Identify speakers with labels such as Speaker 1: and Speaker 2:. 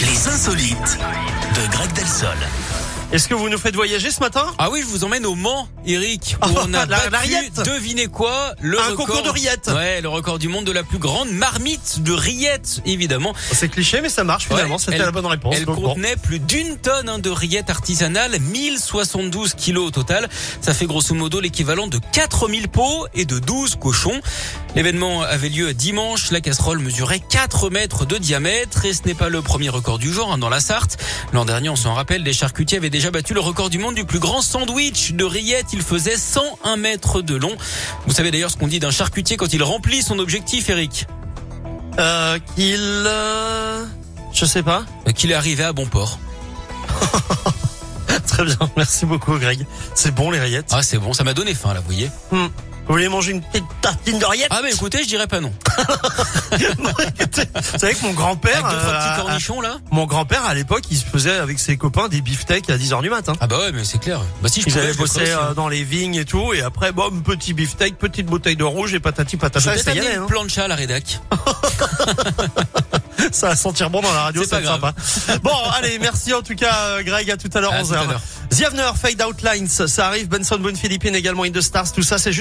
Speaker 1: Les insolites de Greg Delsol.
Speaker 2: Est-ce que vous nous faites voyager ce matin
Speaker 3: Ah oui, je vous emmène au Mans, Eric, où
Speaker 2: Ah,
Speaker 3: on a
Speaker 2: la-
Speaker 3: battu,
Speaker 2: la rillette.
Speaker 3: devinez quoi, le
Speaker 2: Un
Speaker 3: record,
Speaker 2: concours de rillettes.
Speaker 3: Ouais, le record du monde de la plus grande marmite de rillettes, évidemment.
Speaker 2: C'est cliché, mais ça marche finalement.
Speaker 3: Ouais,
Speaker 2: C'était
Speaker 3: elle-
Speaker 2: la bonne réponse.
Speaker 3: Elle
Speaker 2: Donc, bon.
Speaker 3: contenait plus d'une tonne hein, de rillettes artisanales, 1072 kilos au total. Ça fait grosso modo l'équivalent de 4000 pots et de 12 cochons. L'événement avait lieu dimanche. La casserole mesurait 4 mètres de diamètre et ce n'est pas le premier record du genre hein, dans la Sarthe. L'an dernier, on s'en rappelle, les charcutiers avaient déjà battu le record du monde du plus grand sandwich de rillettes. Il faisait 101 mètres de long. Vous savez d'ailleurs ce qu'on dit d'un charcutier quand il remplit son objectif, Eric
Speaker 2: Euh, qu'il, euh, je sais pas.
Speaker 3: Euh, Qu'il est arrivé à bon port.
Speaker 2: Très bien. Merci beaucoup, Greg. C'est bon les rillettes. Hmm.
Speaker 3: Ah c'est bon, ça m'a donné faim là, vous voyez.
Speaker 2: Ah. Vous voulez manger une petite tartine de rillettes
Speaker 3: Ah mais écoutez, je dirais pas non.
Speaker 2: Ah. Vous savez que mon grand-père,
Speaker 3: Avec deux trois
Speaker 2: euh,
Speaker 3: petits
Speaker 2: à-
Speaker 3: cornichons là
Speaker 2: à- mon grand-père à l'époque, il se faisait avec ses copains des beefsteaks à 10h du matin.
Speaker 3: Ah bah ouais mais c'est clair. Bah si je
Speaker 2: Ils
Speaker 3: pouvais,
Speaker 2: allaient
Speaker 3: je le ferais
Speaker 2: bosser
Speaker 3: aussi.
Speaker 2: euh, dans les vignes et tout, et après, bon, petit beefsteak, petite bouteille de rouge et patati
Speaker 3: Je
Speaker 2: patata,
Speaker 3: vais
Speaker 2: et ça y
Speaker 3: t'amener
Speaker 2: allait,
Speaker 3: une
Speaker 2: hein.
Speaker 3: plancha à la rédac.
Speaker 2: Ça va sentir bon dans la radio,
Speaker 3: C'est
Speaker 2: ça
Speaker 3: pas
Speaker 2: va sympa. Bon, allez, merci en tout cas, euh, Greg, à tout à l'heure,
Speaker 3: À tout à
Speaker 2: 11h.
Speaker 3: l'heure.
Speaker 2: The Avener, Fade Outlines, ça arrive, Benson Boone Philippine également, In The Stars, tout ça, c'est